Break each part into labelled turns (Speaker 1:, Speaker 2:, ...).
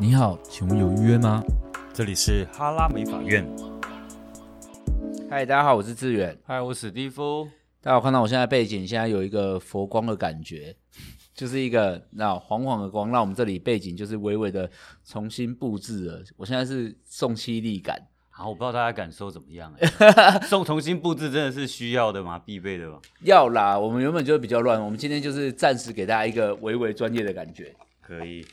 Speaker 1: 你好，请问有预约吗？
Speaker 2: 这里是哈拉美法院。
Speaker 3: 嗨，大家好，我是志远。
Speaker 4: 嗨，我史蒂夫。
Speaker 3: 大家有看到我现在背景现在有一个佛光的感觉， 就是一个那黄黄的光，让我们这里背景就是微微的重新布置了。我现在是宋七力感，
Speaker 4: 好，啊我不知道大家感受怎么样、 欸。送重新布置真的是需要的吗？必备的吗？
Speaker 3: 要啦，我们原本就是比较乱，我们今天就是暂时给大家一个微微专业的感觉。
Speaker 4: 可以。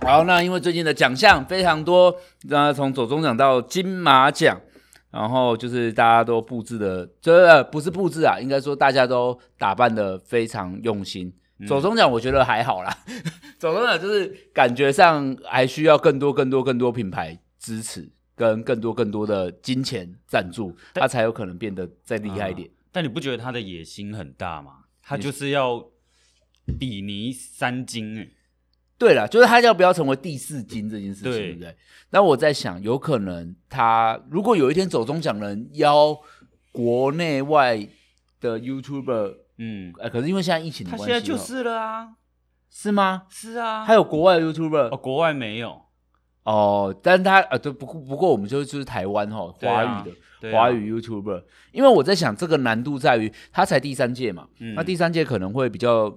Speaker 3: 好，那因为最近的奖项非常多，那从左中奖到金马奖，然后就是大家都布置的，这、呃、不是布置啊，应该说大家都打扮的非常用心。左中奖我觉得还好啦， 左中奖就是感觉上还需要更多、更多、更多品牌支持，跟更多、更多的金钱赞助，它才有可能变得再厉害一点。
Speaker 4: 啊但你不觉得他的野心很大吗？他就是要比尼三金哎、欸。
Speaker 3: 对了，就是他要不要成为第四金这件事情，
Speaker 4: 对
Speaker 3: 对不对？那我在想，有可能他如果有一天走中奖人邀国内外的 YouTuber，
Speaker 4: 嗯，
Speaker 3: 呃，可是因为现在疫情的
Speaker 4: 他
Speaker 3: 关
Speaker 4: 现
Speaker 3: 系哦，
Speaker 4: 在就是了啊，
Speaker 3: 是吗？
Speaker 4: 是啊，
Speaker 3: 还有国外的 YouTuber
Speaker 4: 哦，
Speaker 3: 哦
Speaker 4: 国外没有
Speaker 3: 但他呃，对，不过不过我们就就是台湾哈、哦，
Speaker 4: 对
Speaker 3: 华
Speaker 4: 啊
Speaker 3: 语的、
Speaker 4: 对啊
Speaker 3: 华语 YouTuber，因为我在想这个难度在于他才第三届嘛，
Speaker 4: 嗯
Speaker 3: 那第三届可能会比较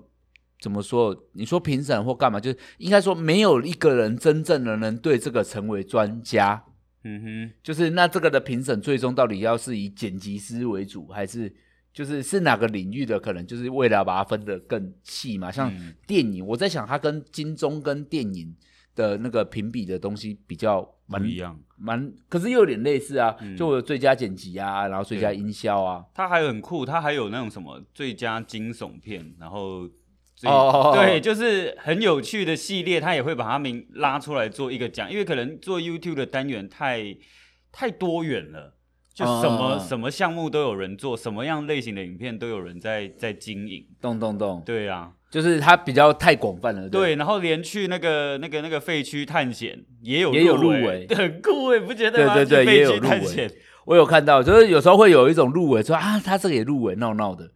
Speaker 3: 怎么说？你说评审或干嘛？就是应该说没有一个人真正的能对这个成为专家。
Speaker 4: 嗯
Speaker 3: 就是那这个的评审最终到底要是以剪辑师为主，还是就是是哪个领域的？可能就是为了要把它分得更细嘛。像
Speaker 4: 嗯
Speaker 3: 电影，我在想它跟金钟跟电影的那个评比的东西比较
Speaker 4: 哼，
Speaker 3: 蛮
Speaker 4: 不一样。
Speaker 3: 蛮，可是又有点类似啊，
Speaker 4: 嗯
Speaker 3: 就我有最佳剪辑啊，然后最佳
Speaker 4: 对
Speaker 3: 音效啊，
Speaker 4: 他还有很酷，他还有那种什么最佳惊悚片，然后最
Speaker 3: 哦哦哦
Speaker 4: 对，就是很有趣的系列，他也会把它名拉出来做一个奖，因为可能做 YouTube 的单元太太多元了。就什么、
Speaker 3: 嗯嗯嗯
Speaker 4: 什么项目都有人做，什么样类型的影片都有人在在经营。
Speaker 3: 咚咚咚，
Speaker 4: 对啊，
Speaker 3: 就是它比较太广泛了。
Speaker 4: 对，然后连去那个那个那个废墟探险也有
Speaker 3: 也有入
Speaker 4: 围
Speaker 3: 围，
Speaker 4: 很酷哎，不觉得吗？
Speaker 3: 对对对
Speaker 4: 去
Speaker 3: 也有
Speaker 4: 废墟
Speaker 3: 入
Speaker 4: 探
Speaker 3: 围
Speaker 4: 险，
Speaker 3: 我有看到，就是有时候会有一种入围说啊，他这个也入围，闹闹的。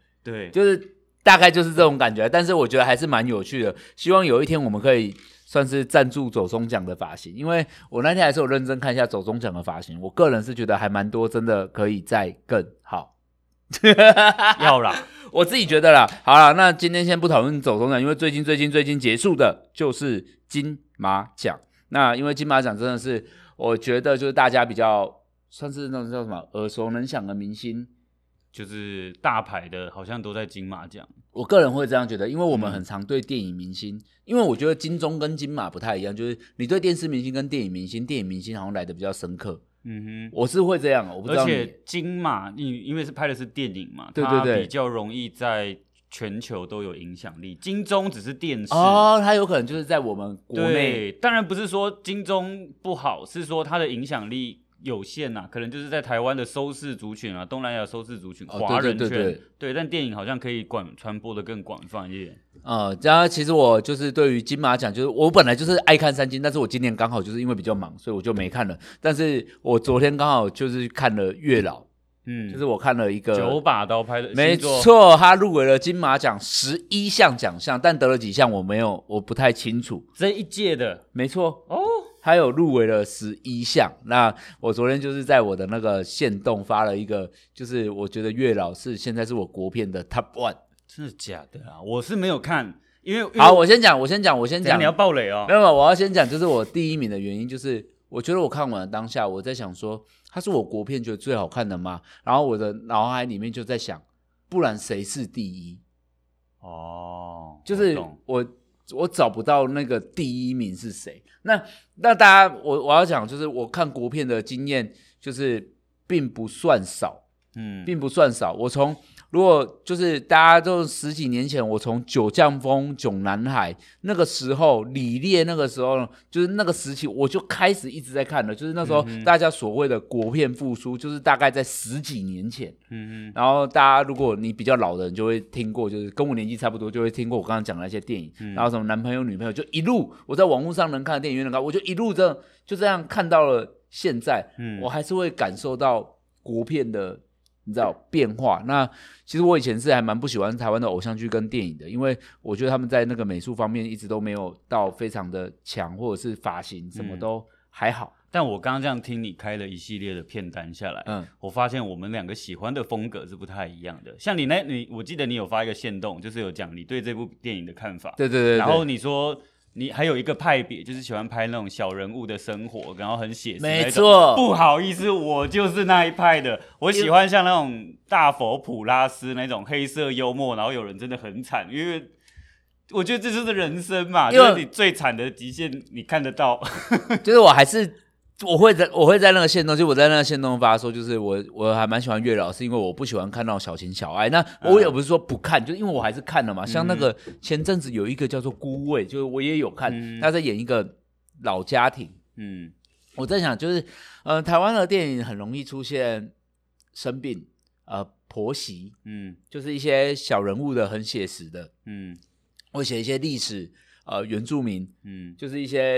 Speaker 4: 对，
Speaker 3: 就是大概就是这种感觉，但是我觉得还是蛮有趣的。希望有一天我们可以算是赞助走中奖的发型，因为我那天还是有认真看一下走中奖的发型，我个人是觉得还蛮多，真的可以再更好。
Speaker 4: 要啦，
Speaker 3: 我自己觉得啦，好啦，那今天先不讨论走中奖，因为最近最近最近结束的就是金马奖。那因为金马奖真的是，我觉得就是大家比较算是那种叫什么耳熟能详的明星，
Speaker 4: 就是大牌的，好像都在金马奖。
Speaker 3: 我个人会这样觉得，因为我
Speaker 4: 嗯
Speaker 3: 们很常对电影明星，因为我觉得金钟跟金马不太一样，就是你对电视明星跟电影明星，电影明星好像来的比较深刻。
Speaker 4: 嗯哼，
Speaker 3: 我是会这样，我不知
Speaker 4: 而
Speaker 3: 道你。
Speaker 4: 且金马，因因为是拍的是电影嘛，
Speaker 3: 对对
Speaker 4: 它
Speaker 3: 对
Speaker 4: 比较容易在全球都有影响力。金钟只是电视，
Speaker 3: 哦，他有可能就是在我们国内，
Speaker 4: 对，当然不是说金钟不好，是说它的影响力有限呐、可能就是在台湾的收视族群啊，东南亚收视族群，
Speaker 3: 哦
Speaker 4: 华
Speaker 3: 对
Speaker 4: 人
Speaker 3: 对
Speaker 4: 圈，
Speaker 3: 对对
Speaker 4: 但电影好像可以广传播的更广泛一点。
Speaker 3: 呃，然后其实我就是对于金马奖，就是我本来就是爱看三金，但是我今年刚好就是因为比较忙，所以我就没看了。但是我昨天刚好就是看了《月老》，
Speaker 4: 嗯，
Speaker 3: 就是我看了一个
Speaker 4: 九把刀拍的，
Speaker 3: 呃没
Speaker 4: 星座，
Speaker 3: 错，他入围了金马奖十一项奖项，但得了几项我没有，我不太清楚。
Speaker 4: 这一届的
Speaker 3: 没错，
Speaker 4: 哦，
Speaker 3: 他有入围了十一项。那我昨天就是在我的那个线动发了一个，就是我觉得《月老》是现在是我国片的 Top One。
Speaker 4: 真的假的啊？我是没有看，因为
Speaker 3: 好，我先讲，我先讲，我先
Speaker 4: 讲
Speaker 3: 讲
Speaker 4: 你。要爆雷哦
Speaker 3: 没。有，没有我要先讲，就是我第一名的原因，就是我觉得我看完了当下，我在想说，它是我国片觉得最好看的吗？然后我的脑海里面就在想，不然谁是第一？
Speaker 4: 哦，
Speaker 3: 就
Speaker 4: 我
Speaker 3: 是
Speaker 4: 懂
Speaker 3: 我我找不到那个第一名是谁。那那大家，我我要讲就是我看国片的经验就是并不算少，
Speaker 4: 嗯，
Speaker 3: 并不算少。我从如果就是大家都十几年前，我从九降风、囧南海那个时候，李烈那个时候，就是那个时期，我就开始一直在看了。就是那时候大家所谓的国片复苏，就是大概在十几年前。
Speaker 4: 嗯
Speaker 3: 然后大家如果你比较老的人就会听过，就是跟我年纪差不多就会听过我刚刚讲的那些电影，
Speaker 4: 嗯
Speaker 3: 然后什么男朋友女朋友，就一路我在网络上能看的电影院能看，我就一路这样就这样看到了现在，
Speaker 4: 嗯
Speaker 3: 我还是会感受到国片的你知道变化。那其实我以前是还蛮不喜欢台湾的偶像剧跟电影的，因为我觉得他们在那个美术方面一直都没有到非常的强，或者是发型什么
Speaker 4: 嗯
Speaker 3: 都还好。
Speaker 4: 但我刚刚这样听你开了一系列的片单下来，
Speaker 3: 嗯，
Speaker 4: 我发现我们两个喜欢的风格是不太一样的。像你那，你我记得你有发一个线动，就是有讲你对这部电影的看法。
Speaker 3: 对对对对
Speaker 4: 然后你说你还有一个派别，就是喜欢拍那种小人物的生活，然后很写实。
Speaker 3: 没。错，
Speaker 4: 不好意思，我就是那一派的。我喜欢像那种大佛普拉斯那种黑色幽默，然后有人真的很惨，因为我觉得这就是人生嘛，
Speaker 3: 因为
Speaker 4: 就是你最惨的极限，你看得到。
Speaker 3: 就是我还是我会在我会在那个线中，就我在那个线中发说，就是我我还蛮喜欢月老，是因为我不喜欢看到小情小爱。那我也不是说不看，就因为我还是看了嘛。像那个前阵子有一个叫做《孤味》，就是我也有看，
Speaker 4: 嗯
Speaker 3: 他在演一个老家庭。
Speaker 4: 嗯，
Speaker 3: 我在想，就是呃，台湾的电影很容易出现生病、呃婆媳，
Speaker 4: 嗯
Speaker 3: 就是一些小人物的很写实的，
Speaker 4: 嗯
Speaker 3: 或写一些历史呃原住民，
Speaker 4: 嗯，
Speaker 3: 就是一些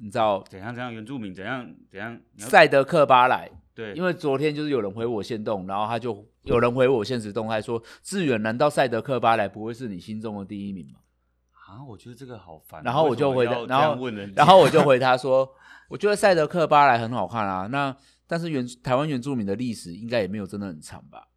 Speaker 3: 你知道
Speaker 4: 怎样怎样原住民怎样怎样，你要
Speaker 3: 赛德克巴莱。
Speaker 4: 对，
Speaker 3: 因
Speaker 4: 为
Speaker 3: 为昨天就是有人回我现动，然后他就有人回我现实动态说：“志远，难道赛德克巴莱不会是你心中的第一名吗
Speaker 4: 啊，我觉得这个好烦。
Speaker 3: 然后我就
Speaker 4: 为什么
Speaker 3: 回答然
Speaker 4: 要
Speaker 3: 后
Speaker 4: 这样问人？”家，
Speaker 3: 然后我就回他说：“ 我觉得赛德克巴莱很好看啊，那但是原台湾原住民的历史应该也没有真的很长吧？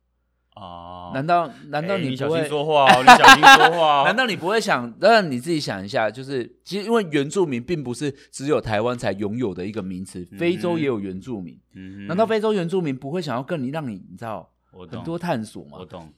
Speaker 4: 啊，
Speaker 3: 难道难道
Speaker 4: 哎你
Speaker 3: 不
Speaker 4: 小
Speaker 3: 会？
Speaker 4: 心说话 哦，你小心说 话哦，
Speaker 3: 难道你不会想？让你自己想一下，就是其实因为原住民并不是只有台湾才拥有的一个名词，非洲也有原住民。
Speaker 4: 嗯哼
Speaker 3: 难道非洲原住民不会想要更你让你你知道
Speaker 4: 我懂
Speaker 3: 很多探索吗？
Speaker 4: 我懂，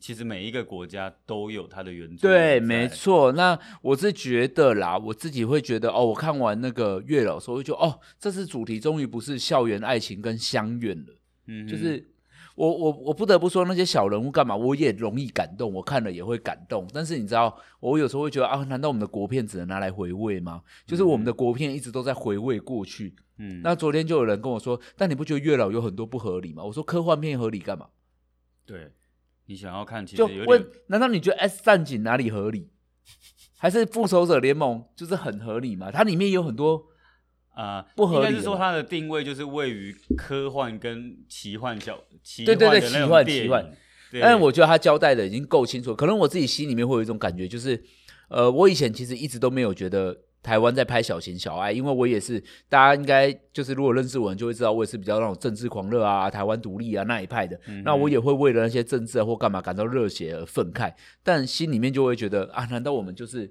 Speaker 4: 其实每一个国家都有它的原著。
Speaker 3: 对，没。错。那我是觉得啦，我自己会觉得哦，我看完那个月老的时候，我就觉得哦，这次主题终于不是校园爱情跟相怨了，
Speaker 4: 嗯哼，
Speaker 3: 就是我我我不得不说那些小人物干嘛，我也容易感动，我看了也会感动。但是你知道，我有时候会觉得啊，难道我们的国片只能拿来回味吗？就是我们的国片一直都在回味过去。
Speaker 4: 嗯，
Speaker 3: 那昨天就有人跟我说，但你不觉得月老有很多不合理吗？我说科幻片合理干嘛？
Speaker 4: 对你想要看，其实
Speaker 3: 就
Speaker 4: 有点
Speaker 3: 问，难道你觉得《S 战警》哪里合理？还是《复仇者联盟》就是很合理嘛？它里面有很多
Speaker 4: 啊，
Speaker 3: 不合理
Speaker 4: 应该是说
Speaker 3: 了
Speaker 4: 它的定位就是位于科幻跟奇幻小奇
Speaker 3: 对对对
Speaker 4: 幻的那种
Speaker 3: 奇幻
Speaker 4: 电
Speaker 3: 奇幻
Speaker 4: 影。对
Speaker 3: 但我觉得他交代的已经够清楚了，可能我自己心里面会有一种感觉，就是，呃，我以前其实一直都没有觉得台湾在拍小情小爱，因为我也是，大家应该就是如果认识我，就会知道我也是比较那种政治狂热啊、台湾独立啊那一派的。
Speaker 4: 嗯
Speaker 3: 那我也会为了那些政治啊或干嘛感到热血而愤慨，但心里面就会觉得啊，难道我们就是？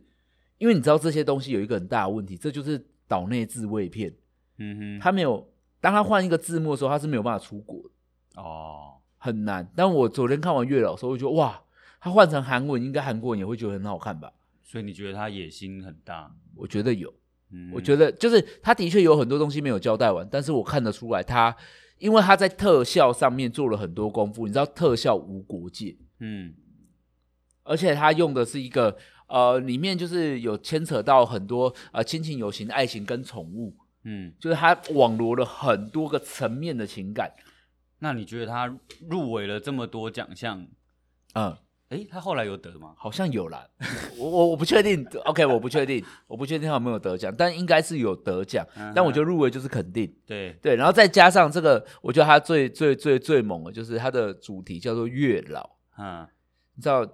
Speaker 3: 因为你知道这些东西有一个很大的问题，这就是岛内自卫片，
Speaker 4: 嗯哼，
Speaker 3: 它没有，当它换一个字幕的时候，它是没有办法出国的。
Speaker 4: 哦，
Speaker 3: 很难。但我昨天看完月老的时候，我就觉得哇，他换成韩文，应该韩国人也会觉得很好看吧？
Speaker 4: 所以你觉得他野心很大？
Speaker 3: 我觉得有，
Speaker 4: 嗯，
Speaker 3: 我觉得就是他的确有很多东西没有交代完，但是我看得出来他，因为他在特效上面做了很多功夫。你知道特效无国界，
Speaker 4: 嗯
Speaker 3: 而且他用的是一个呃，里面就是有牵扯到很多呃亲情、友情、爱情跟宠物，
Speaker 4: 嗯，
Speaker 3: 就是他网罗了很多个层面的情感。
Speaker 4: 那你觉得他入围了这么多奖项，
Speaker 3: 嗯，
Speaker 4: 诶，他后来有得吗？
Speaker 3: 好像有啦，我我我不确定，OK，我不确定，我不确定他有没有得奖，但应该是有得奖
Speaker 4: 嗯哼，
Speaker 3: 但我觉得入围就是肯定，
Speaker 4: 对，
Speaker 3: 对，然后再加上这个，我觉得他最最最最猛的就是他的主题叫做月老，
Speaker 4: 嗯
Speaker 3: 你知道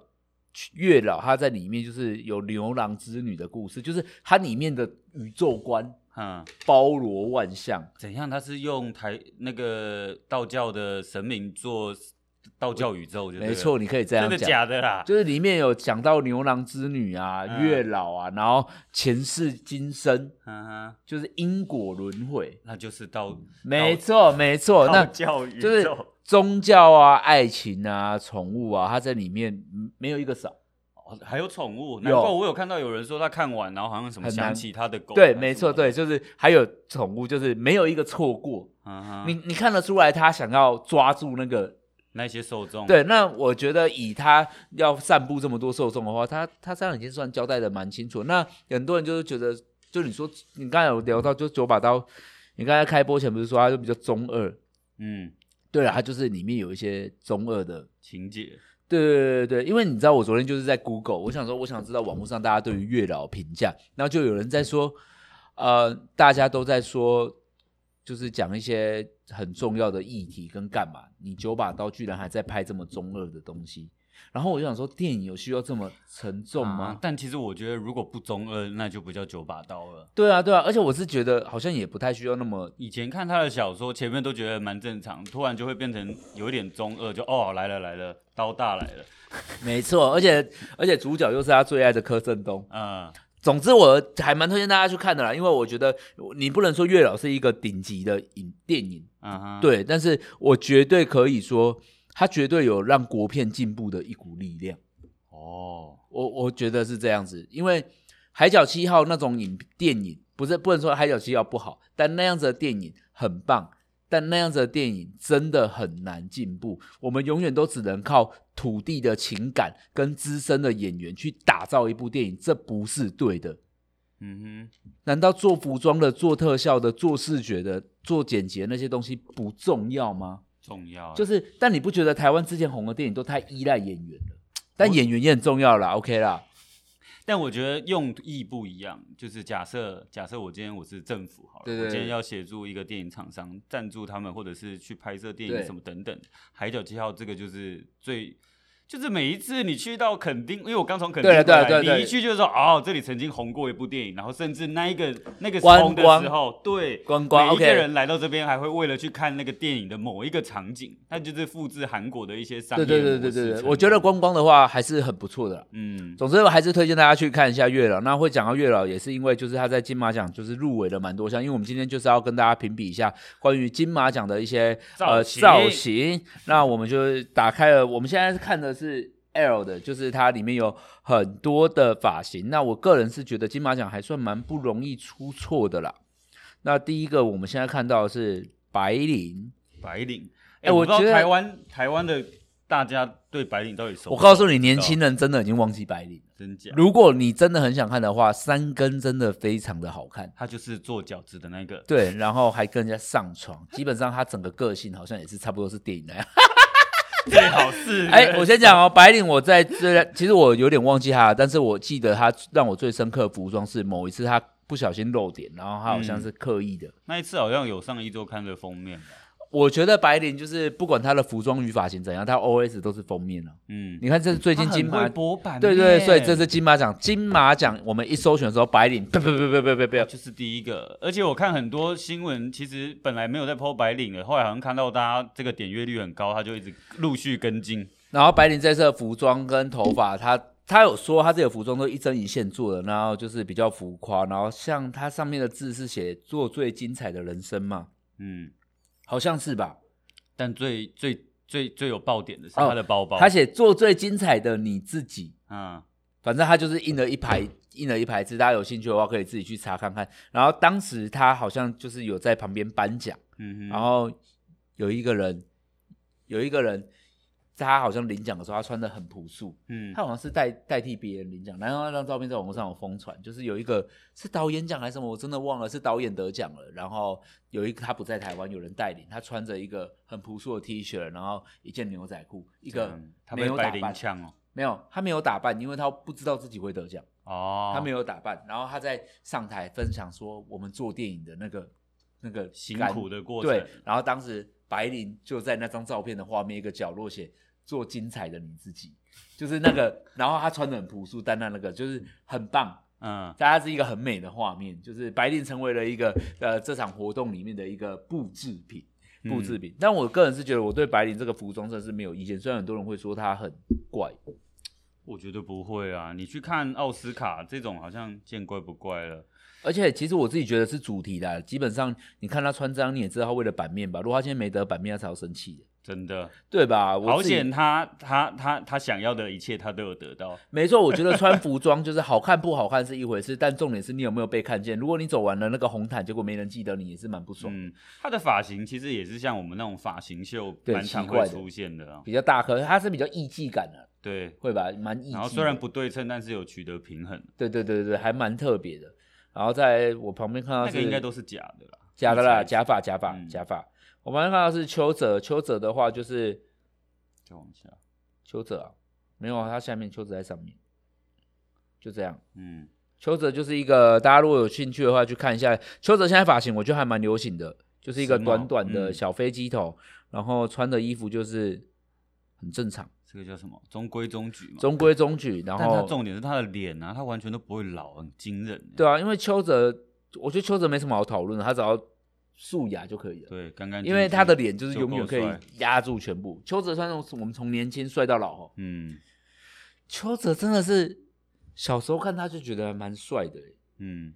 Speaker 3: 月老他在里面就是有牛郎织女的故事，就是它里面的宇宙观
Speaker 4: 嗯，
Speaker 3: 包罗万象，
Speaker 4: 怎样？他是用台那个道教的神明做道教宇宙就对了，
Speaker 3: 没错，你可以这样
Speaker 4: 真的
Speaker 3: 讲。
Speaker 4: 假的啦？
Speaker 3: 就是里面有讲到牛郎织女啊、
Speaker 4: 嗯
Speaker 3: 月老啊，然后前世今生，
Speaker 4: 嗯哼，
Speaker 3: 就是因果轮回，
Speaker 4: 那就是道
Speaker 3: 没错，没错，
Speaker 4: 道
Speaker 3: 哦那
Speaker 4: 教宇
Speaker 3: 就是
Speaker 4: 宙。哦
Speaker 3: 宗教啊、爱情啊、宠物啊，它在里面嗯没有一个少。
Speaker 4: 哦还有宠物，
Speaker 3: 有
Speaker 4: 难怪我有看到有人说他看完，然后好像什么
Speaker 3: 很难
Speaker 4: 想起他的狗，
Speaker 3: 对，没错，
Speaker 4: 还
Speaker 3: 对，
Speaker 4: 是什么
Speaker 3: 就是还有宠物，就是没有一个错过。
Speaker 4: 的，嗯哼，
Speaker 3: 你你看得出来，他想要抓住那个。
Speaker 4: 那些受众，，
Speaker 3: 对，那我觉得以他要散布这么多受众的话，他他这样已经算交代的蛮清楚。那很多人就是觉得，就你说你刚才有聊到，就九把刀，你刚才开播前不是说他就比较中二？
Speaker 4: 嗯，
Speaker 3: 对了，他就是里面有一些中二的
Speaker 4: 情节，
Speaker 3: 对对对对，对，因为你知道我昨天就是在 Google，我想说我想知道网络上大家对于月老评价，然后就有人在说，呃，大家都在说，就是讲一些很重要的议题跟干嘛，你九把刀居然还在拍这么中二的东西，然后我就想说，电影有需要这么沉重吗？
Speaker 4: 啊但其实我觉得，如果不中二，那就不叫九把刀了。
Speaker 3: 对啊，对啊，而且我是觉得好像也不太需要那么
Speaker 4: 以前看他的小说，前面都觉得蛮正常，突然就会变成有一点中二，就哦来了来了，刀大来了，
Speaker 3: 没错，而且而且主角又是他最爱的柯震东。
Speaker 4: 嗯，
Speaker 3: 总之，我还蛮推荐大家去看的啦，因为我觉得你不能说月老是一个顶级的影电影，
Speaker 4: 嗯哼，
Speaker 3: 对，但是我绝对可以说，它绝对有让国片进步的一股力量。
Speaker 4: 哦，
Speaker 3: 我我觉得是这样子，因为《海角七号》那种影电影，不是不能说《海角七号》不好，但那样子的电影很棒，但那样子的电影真的很难进步。我们永远都只能靠土地的情感跟资深的演员去打造一部电影，这不是对的。
Speaker 4: 嗯
Speaker 3: 难道做服装的、做特效的、做视觉的、做剪辑的那些东西不重要吗？
Speaker 4: 哼，重要，啊
Speaker 3: 就是是，但你不觉得台湾之前红的电影都太依赖演员了？但演员也很重要啦，OK 啦。
Speaker 4: 但我觉得用意不一样，就是假设假设我今天我是政府好了，
Speaker 3: 对对
Speaker 4: 我今天
Speaker 3: 对
Speaker 4: 要协助一个电影厂商赞助他们，或者是去拍摄电
Speaker 3: 对
Speaker 4: 影什么等等，《海角七号》这个就是最。就是每一次你去到垦丁，因为我刚从垦丁
Speaker 3: 对了
Speaker 4: 回来，
Speaker 3: 对了啊对了对了
Speaker 4: 你一去就是说，哦，这里曾经红过一部电影，然后甚至那一个那个时
Speaker 3: 观
Speaker 4: 空的
Speaker 3: 光
Speaker 4: 时候，对，
Speaker 3: 观光
Speaker 4: 每一
Speaker 3: OK
Speaker 4: 个人来到这边还会为了去看那个电影的某一个场景，那就是复制韩国的一些商业
Speaker 3: 对对对
Speaker 4: 模
Speaker 3: 对
Speaker 4: 式
Speaker 3: 对对，
Speaker 4: 成
Speaker 3: 我觉得
Speaker 4: 功
Speaker 3: 观光的话还是很不错的啦。
Speaker 4: 嗯，
Speaker 3: 总之，我还是推荐大家去看一下月老。那会讲到月老，也是因为就是他在金马奖就是入围了蛮多项，因为我们今天就是要跟大家评比一下关于金马奖的一些呃
Speaker 4: 造型
Speaker 3: 造型。那我们就是打开了，我们现在看的是 L 的，就是它里面有很多的发型。那我个人是觉得金马奖还算蛮不容易出错的啦。那第一个我们现在看到的是白领，
Speaker 4: 白领。
Speaker 3: 哎
Speaker 4: 哎、我不知道
Speaker 3: 我觉得
Speaker 4: 台湾台湾的大家对白领到底熟不熟？
Speaker 3: 我告诉你，年轻
Speaker 4: 人
Speaker 3: 人真的已经忘记白领。
Speaker 4: 真假，
Speaker 3: 如果你真的很想看的话，三根真的非常的好看。
Speaker 4: 他就是做饺子的那个。
Speaker 3: 对，然后还跟人家上床，基本上他整个个性好像也是差不多是电影那样。
Speaker 4: 最好是
Speaker 3: 哎，我先讲哦，白领我在这，其实我有点忘记他，但是我记得他让我最深刻的服装是某一次他不小心露点，然后他好
Speaker 4: 嗯
Speaker 3: 像是刻意的。
Speaker 4: 那一次好像有上一周刊的封面吧。
Speaker 3: 我觉得白领就是不管他的服装与发型怎样，他 OS 都是封面了、
Speaker 4: 嗯，
Speaker 3: 你看这是最近
Speaker 4: 他很
Speaker 3: 金马
Speaker 4: 会，博版
Speaker 3: 对
Speaker 4: 耶
Speaker 3: 对，所以这是金马奖。金马奖我们一搜寻的时候，白领，不不不不不不不，
Speaker 4: 就是第一个。而且我看很多新闻，其实本来没有在 PO 白领的，后来好像看到大家这个点阅率很高，他就一直陆续跟进。
Speaker 3: 然后白领这次的服装跟头发，他他有说他这个服装都一针一线做的，然后就是比较浮夸，然后像它上面的字是写“做最精彩的人生”嘛，
Speaker 4: 嗯，
Speaker 3: 好像是吧？
Speaker 4: 但最最最最有爆点的是
Speaker 3: 哦
Speaker 4: 他的包包，
Speaker 3: 他写“做最精彩的你自己
Speaker 4: 嗯，”，
Speaker 3: 反正他就是印了一排印了一排字，大家有兴趣的话可以自己去查看看。然后当时他好像就是有在旁边颁奖，
Speaker 4: 嗯
Speaker 3: 然
Speaker 4: 哼，
Speaker 3: 后有一个人有一个人。他好像领奖的时候，他穿的很朴素，
Speaker 4: 嗯
Speaker 3: 他好像是代代替别人领奖，然后那张照片在网络上有疯传，就是有一个是导演奖还是什么，我真的忘了是导演得奖了。然后有一个他不在台湾，有人带领，他穿着一个很朴素的 T 恤，然后一件牛仔裤，一
Speaker 4: 这
Speaker 3: 个
Speaker 4: 样他
Speaker 3: 没
Speaker 4: 被
Speaker 3: 有
Speaker 4: 白
Speaker 3: 打
Speaker 4: 领
Speaker 3: 扮，
Speaker 4: 抢哦。
Speaker 3: 没有他没有打扮，因为他不知道自己会得奖，
Speaker 4: 哦，
Speaker 3: 他没有打扮。然后他在上台分享说我们做电影的那个那个
Speaker 4: 辛
Speaker 3: 感
Speaker 4: 苦的过程。
Speaker 3: 对，然后当时白灵就在那张照片的画面一个角落写“做精彩的你自己”，就是那个，然后她穿的很朴素，但那那个就是很棒，
Speaker 4: 嗯，
Speaker 3: 大家是一个很美的画面，就是白灵成为了一个呃这场活动里面的一个布制品。
Speaker 4: 嗯
Speaker 3: 布制品，但我个人是觉得我对白灵这个服装真的是没有意见，虽然很多人会说它很怪，
Speaker 4: 我觉得不会啊。你去看奥斯卡这种，好像见怪不怪了。
Speaker 3: 而且其实我自己觉得是主题啦，基本上你看他穿这样，你也知道他为了版面吧。如果他今天没得版面，他才要生气的，
Speaker 4: 真的，
Speaker 3: 对吧？我
Speaker 4: 好
Speaker 3: 自己
Speaker 4: 险他他他他想要的一切他都有得到。
Speaker 3: 没错，我觉得穿服装就是好看不好看是一回事，但重点是你有没有被看见。如果你走完了那个红毯，结果没人记得你，也是蛮不爽。
Speaker 4: 嗯，他的发型其实也是像我们那种发型秀
Speaker 3: 对
Speaker 4: 蛮常
Speaker 3: 奇怪
Speaker 4: 会
Speaker 3: 的
Speaker 4: 出现的啊。
Speaker 3: 比较大颗，它是比较艺伎感的、
Speaker 4: 对，
Speaker 3: 会吧？蛮艺伎的。
Speaker 4: 然后虽然不对称，但是有取得平衡。
Speaker 3: 对对对对，还蛮特别的。然后在我旁边看到
Speaker 4: 那
Speaker 3: 啊是
Speaker 4: 个应该都是假的啦，
Speaker 3: 假的啦，
Speaker 4: 一材
Speaker 3: 假发假发
Speaker 4: 嗯
Speaker 3: 假发。我旁边看到是邱泽，邱泽的话就是
Speaker 4: 再往下。
Speaker 3: 邱泽啊，没有啊，他下面邱泽在上面，就这样。
Speaker 4: 嗯，
Speaker 3: 邱泽就是一个大家如果有兴趣的话，去看一下邱泽现在发型，我觉得还蛮流行的，就是一个
Speaker 4: 时髦
Speaker 3: 短短的
Speaker 4: 嗯
Speaker 3: 小飞机头，然后穿的衣服就是很正常，
Speaker 4: 这个叫什么？中规中矩嘛。
Speaker 3: 中规中矩。然
Speaker 4: 但他
Speaker 3: 后
Speaker 4: 重点是他的脸啊，他完全都不会老，很惊人。欸
Speaker 3: 对啊，因为邱泽，我觉得邱泽没什么好讨论的，他只要素雅就可以了。
Speaker 4: 对，刚刚
Speaker 3: 因为他的脸就是
Speaker 4: 就
Speaker 3: 永远
Speaker 4: 够
Speaker 3: 可以
Speaker 4: 帅
Speaker 3: 压住全部。邱泽算是我们从年轻帅到老哦，
Speaker 4: 嗯
Speaker 3: 邱泽真的是小时候看他就觉得蛮帅的欸。
Speaker 4: 嗯，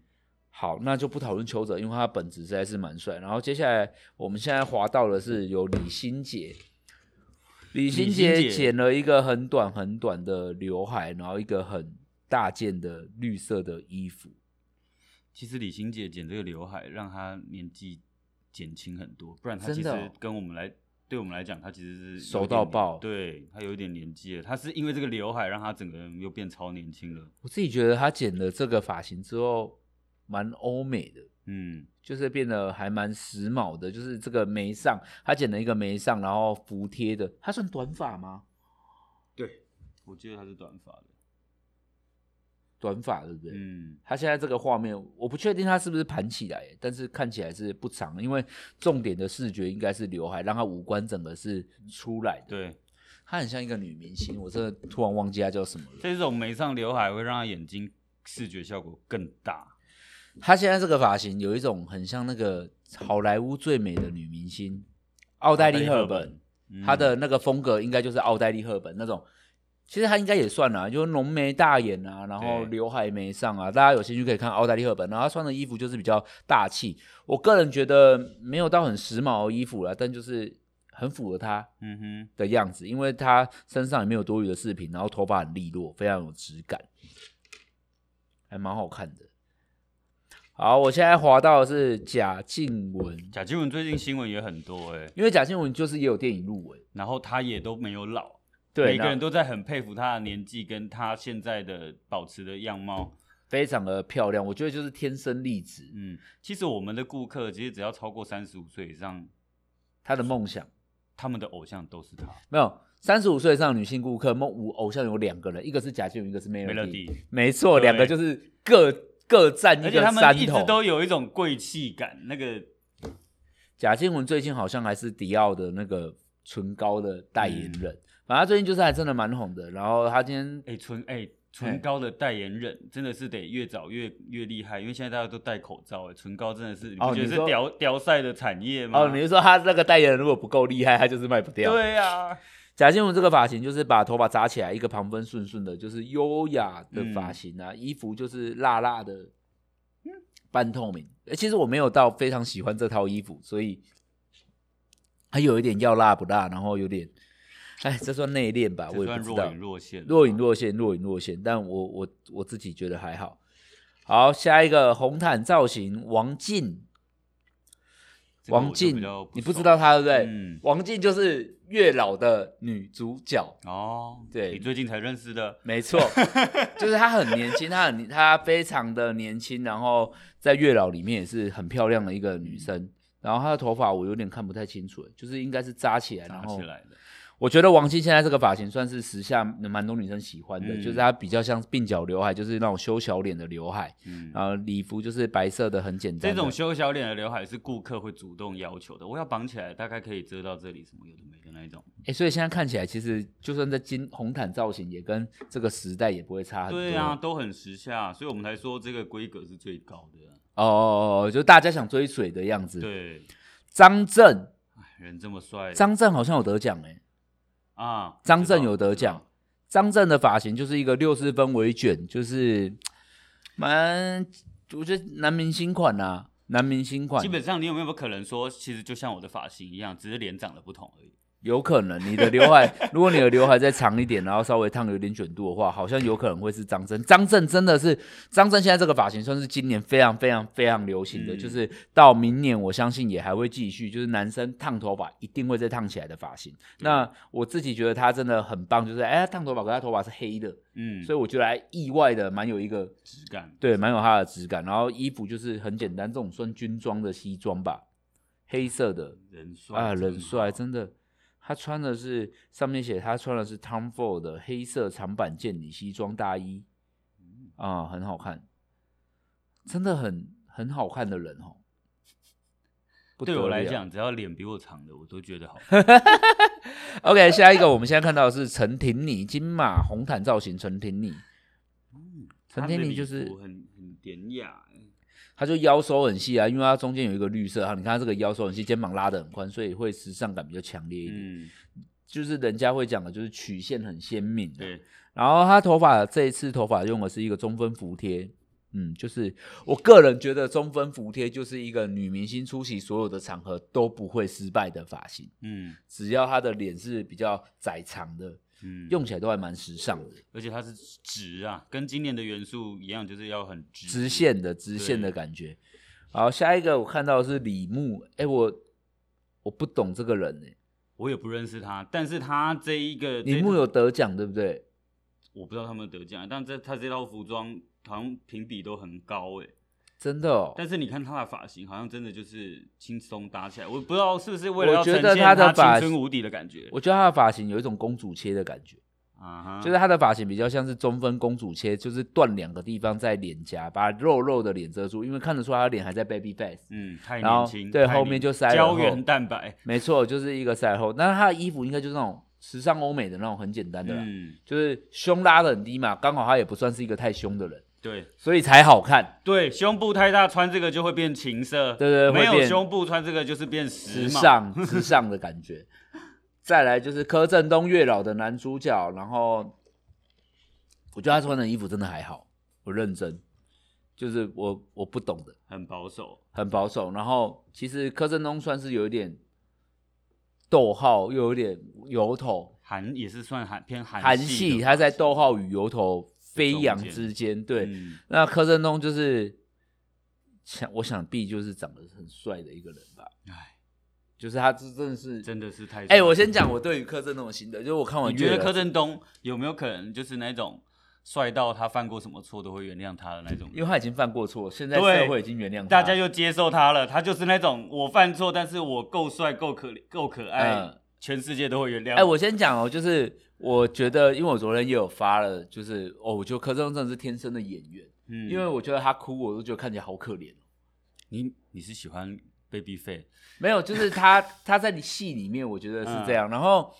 Speaker 3: 好，那就不讨论邱泽，因为他本质实在是蛮帅。然后接下来我们现在滑到的是有李心洁，李心
Speaker 4: 李
Speaker 3: 洁
Speaker 4: 心洁
Speaker 3: 剪了一个很短很短的刘海，然后一个很大件的绿色的衣服。
Speaker 4: 其实李心姐剪这个刘海，让她年纪减轻很多，不然她
Speaker 3: 真
Speaker 4: 其
Speaker 3: 的哦
Speaker 4: 实跟我们来，对我们来讲，她其实是有
Speaker 3: 熟
Speaker 4: 点
Speaker 3: 到爆
Speaker 4: 对她有一点年纪了，她是因为这个刘海让她整个人又变超年轻了。
Speaker 3: 我自己觉得他剪了这个发型之后，蛮欧美的。
Speaker 4: 嗯，
Speaker 3: 就是变得还蛮时髦的，就是这个眉上，他剪了一个眉上，然后服帖的，他算短发吗？
Speaker 4: 对，我记得她是短发的。
Speaker 3: 短发对不对？
Speaker 4: 嗯，
Speaker 3: 他现在这个画面，我不确定他是不是盘起来，但是看起来是不长，因为重点的视觉应该是刘海，让他五官整个是出来的。
Speaker 4: 对，
Speaker 3: 她很像一个女明星，我真的突然忘记她叫什么了。
Speaker 4: 这种眉上刘海会让她眼睛视觉效果更大。
Speaker 3: 她现在这个发型有一种很像那个好莱坞最美的女明星奥黛丽·赫
Speaker 4: 奥黛丽赫
Speaker 3: 本
Speaker 4: 本，嗯
Speaker 3: 他的那个风格应该就是奥黛丽·赫本那种。其实他应该也算啦，就是浓眉大眼啊，然后
Speaker 4: 对
Speaker 3: 刘海没上啊，大家有兴趣可以看奥黛丽·赫本。然后他穿的衣服就是比较大气，我个人觉得没有到很时髦的衣服啦，但就是很符合他
Speaker 4: 嗯哼，
Speaker 3: 的样子，因为他身上也没有多余的饰品，然后头发很利落，非常有质感，还蛮好看的。好，我现在滑到的是贾静雯，
Speaker 4: 贾静雯最近新闻也很多哎、
Speaker 3: 因为贾静雯就是也有电影入围，
Speaker 4: 然后她也都没有老，
Speaker 3: 对，
Speaker 4: 每个
Speaker 3: 那
Speaker 4: 人都在很佩服她的年纪跟她现在的保持的样貌。
Speaker 3: 非常的漂亮，我觉得就是天生丽质，
Speaker 4: 嗯，其实我们的顾客其实只要超过三十五岁以上，
Speaker 3: 她的梦想
Speaker 4: 他们的偶像都是她。
Speaker 3: 没有。三十五岁以上的女性顾客，梦五偶像有两个人，一个是贾静雯，一个是 Melody，,
Speaker 4: Melody
Speaker 3: 没错，
Speaker 4: 对
Speaker 3: 两个就是各各占一
Speaker 4: 而且
Speaker 3: 个
Speaker 4: 他们
Speaker 3: 山
Speaker 4: 一直
Speaker 3: 头。
Speaker 4: 都有一种贵气感，那个
Speaker 3: 贾静雯最近好像还是迪奥的那个唇膏的代言人，
Speaker 4: 嗯
Speaker 3: 反正她最近就是还真的蛮红的。然后她今天
Speaker 4: 哎、唇哎、唇膏的代言人真的是得越早越越厉害，因为现在大家都戴口罩、哎，唇膏真的是你
Speaker 3: 哦
Speaker 4: 不觉得
Speaker 3: 你
Speaker 4: 是
Speaker 3: 说
Speaker 4: 屌屌赛的产业吗？
Speaker 3: 哦，你是说她那个代言人如果不够厉害，她就是卖不掉？
Speaker 4: 对啊，
Speaker 3: 贾静雯这个发型就是把头发扎起来，一个旁分顺顺的，就是优雅的发型
Speaker 4: 嗯
Speaker 3: 啊，衣服就是辣辣的，嗯半透明。诶其实我没有到非常喜欢这套衣服，所以它有一点要辣不辣，然后有点，哎，这算内敛吧？
Speaker 4: 这
Speaker 3: 我也
Speaker 4: 算
Speaker 3: 不知
Speaker 4: 若
Speaker 3: 道
Speaker 4: 隐，若现，啊
Speaker 3: 若隐若现，若隐若现。但我我我自己觉得还好。好，下一个红毯造型，王静，
Speaker 4: 这个我就
Speaker 3: 王静
Speaker 4: 比较，
Speaker 3: 你不
Speaker 4: 熟
Speaker 3: 知道她对不对？
Speaker 4: 嗯
Speaker 3: 王静就是月老的女主角。
Speaker 4: 哦，
Speaker 3: 对
Speaker 4: 你最近才认识的，
Speaker 3: 没 错，就是她很年轻，她很她非常的年轻，然后在月老里面也是很漂亮的一个女生。然后她的头发我有点看不太清楚，就是应该是扎起来，然
Speaker 4: 拿
Speaker 3: 后
Speaker 4: 起来的，
Speaker 3: 我觉得王晶现在这个发型算是时下蛮多女生喜欢的，
Speaker 4: 嗯
Speaker 3: 就是她比较像鬓角刘海，就是那种修小脸的刘海，
Speaker 4: 嗯。
Speaker 3: 然后礼服就是白色的，很简单
Speaker 4: 这
Speaker 3: 的。
Speaker 4: 种修小脸的刘海是顾客会主动要求的，我要绑起来，大概可以遮到这里，什么有的没的那一种。
Speaker 3: 哎，所以现在看起来，其实就算在金红毯造型，也跟这个时代也不会差很多。
Speaker 4: 对啊，都很时下，所以我们才说这个规格是最高的。
Speaker 3: 哦哦哦，就大家想追随的样子。，
Speaker 4: 对，
Speaker 3: 张震，
Speaker 4: 哎人这么帅，
Speaker 3: 张震好像有得奖哎、
Speaker 4: 啊，
Speaker 3: 张震
Speaker 4: 知道
Speaker 3: 有得奖，张震的发型就是一个六四分围卷，就是嘖蛮，我觉得男明星款啊，男明星款，
Speaker 4: 基本上你有没有可能说，其实就像我的发型一样，只是脸长得不同而已？
Speaker 3: 有可能你的刘 海，如果你的刘海再长一点，然后稍微烫有点卷度的话，好像有可能会是张震。张震真的是，张震现在这个发型算是今年非常非常非常流行的，
Speaker 4: 嗯
Speaker 3: 就是到明年我相信也还会继续，就是男生烫头发一定会再烫起来的发
Speaker 4: 嗯
Speaker 3: 型。那我自己觉得他真的很棒，就是哎，他烫头发，可是他头发是黑的，
Speaker 4: 嗯，
Speaker 3: 所以我觉得还意外的蛮有一个
Speaker 4: 质感
Speaker 3: 对，蛮有它的质感。然后衣服就是很简单，这种算军装的西装吧，黑色的
Speaker 4: 人帅
Speaker 3: 啊，人帅，
Speaker 4: 好
Speaker 3: 真的。他穿的是上面写他穿的是 Tom Ford 的黑色长版健里西装大衣
Speaker 4: 嗯
Speaker 3: 啊，很好看，真的很很好看的人哦。不
Speaker 4: 对
Speaker 3: 得
Speaker 4: 我来
Speaker 3: 了
Speaker 4: 讲，只要脸比我长的，我都觉得好看。
Speaker 3: ，OK，下一个我们现在看到的是陈婷妮，金马红毯造型，陈婷妮， 陈
Speaker 4: 嗯他
Speaker 3: 天
Speaker 4: 的
Speaker 3: 林
Speaker 4: 礼
Speaker 3: 就是
Speaker 4: 服很很典雅，嗯
Speaker 3: 她就腰收很细啊，因为她中间有一个绿色哈，你看她这个腰收很细，肩膀拉得很宽，所以会时尚感比较强烈一点。
Speaker 4: 嗯，
Speaker 3: 就是人家会讲的，就是曲线很鲜明、啊。
Speaker 4: 对，
Speaker 3: 然后他头发这一次头发用的是一个中分服帖，嗯，就是我个人觉得中分服帖就是一个女明星出席所有的场合都不会失败的发型，
Speaker 4: 嗯
Speaker 3: 只要她的脸是比较窄长的，
Speaker 4: 嗯，
Speaker 3: 用起来都还蛮时尚的，
Speaker 4: 而且它是直啊，跟今年的元素一样，就是要很直
Speaker 3: 直线的直线的
Speaker 4: 对
Speaker 3: 感觉。好，下一个我看到的是李牧，哎，我我不懂这个人哎、
Speaker 4: 我也不认识他，但是他这一个
Speaker 3: 李
Speaker 4: 这
Speaker 3: 牧
Speaker 4: 套
Speaker 3: 有得奖对不对？
Speaker 4: 我不知道他们得奖，但这他这套服装好像评比都很高哎、
Speaker 3: 真的哦，
Speaker 4: 但是你看他的发型，好像真的就是轻松搭起来，我不知道是不是为
Speaker 3: 我
Speaker 4: 了要
Speaker 3: 觉
Speaker 4: 呈
Speaker 3: 得
Speaker 4: 现
Speaker 3: 他的发
Speaker 4: 青春无敌的感觉
Speaker 3: 我觉得他的发型有一种公主切的感觉。
Speaker 4: 啊哈，
Speaker 3: 就是她的发型比较像是中分公主切，就是断两个地方在脸颊，把肉肉的脸遮住，因为看得出她脸还在 baby face。
Speaker 4: 嗯，太
Speaker 3: 然后
Speaker 4: 年轻，
Speaker 3: 对
Speaker 4: 太
Speaker 3: 后
Speaker 4: 年
Speaker 3: 面就塞了
Speaker 4: 胶
Speaker 3: 后
Speaker 4: 原蛋白，
Speaker 3: 没错，就是一个赛后，但是她的衣服应该就是那种时尚欧美的那种很简单的啦，
Speaker 4: 嗯，
Speaker 3: 就是胸拉的很低嘛，刚好她也不算是一个太凶的人，
Speaker 4: 对。
Speaker 3: 所以才好看。
Speaker 4: 对，胸部太大穿这个就会变情色，
Speaker 3: 对对会
Speaker 4: 没有
Speaker 3: 变
Speaker 4: 胸部穿这个就是变时
Speaker 3: 时
Speaker 4: 髦。
Speaker 3: 尚时尚的感觉。 再来就是柯震东月老的男主角，然后我觉得他穿的衣服真的还好，我认真，就是我我不懂的，
Speaker 4: 很保守，
Speaker 3: 很保守。然后其实柯震东算是有一点逗号，又有点油头，
Speaker 4: 韩也是算韩偏韩
Speaker 3: 韩
Speaker 4: 系
Speaker 3: 系，
Speaker 4: 的
Speaker 3: 他在逗号与油头飞扬之间，对。
Speaker 4: 嗯
Speaker 3: 那柯震东就是想，我想必就是长得很帅的一个人吧。
Speaker 4: 唉
Speaker 3: 哎，就是他真的是
Speaker 4: 真的是太
Speaker 3: 哎、我先讲我对于柯震东的心得，就是我看完
Speaker 4: 你觉
Speaker 3: 月
Speaker 4: 得
Speaker 3: 老
Speaker 4: 柯震东有没有可能就是那种帅到他犯过什么错都会原谅他的那种人？
Speaker 3: 因为他已经犯过错，现在
Speaker 4: 对
Speaker 3: 社会已经原谅他
Speaker 4: 大家就接受他了，他就是那种我犯错，但是我够帅、够可够可爱，
Speaker 3: 嗯
Speaker 4: 全世界都会原谅。
Speaker 3: 哎、我先讲哦，就是我觉得，因为我昨天也有发了，就是哦，我觉得柯震东真的是天生的演员，
Speaker 4: 嗯
Speaker 3: 因为我觉得他哭，我都觉得看起来好可怜。哦
Speaker 4: 你你是喜欢 baby face，
Speaker 3: 没有，就是 他他在戏里面，我觉得
Speaker 4: 嗯
Speaker 3: 是这样。然后，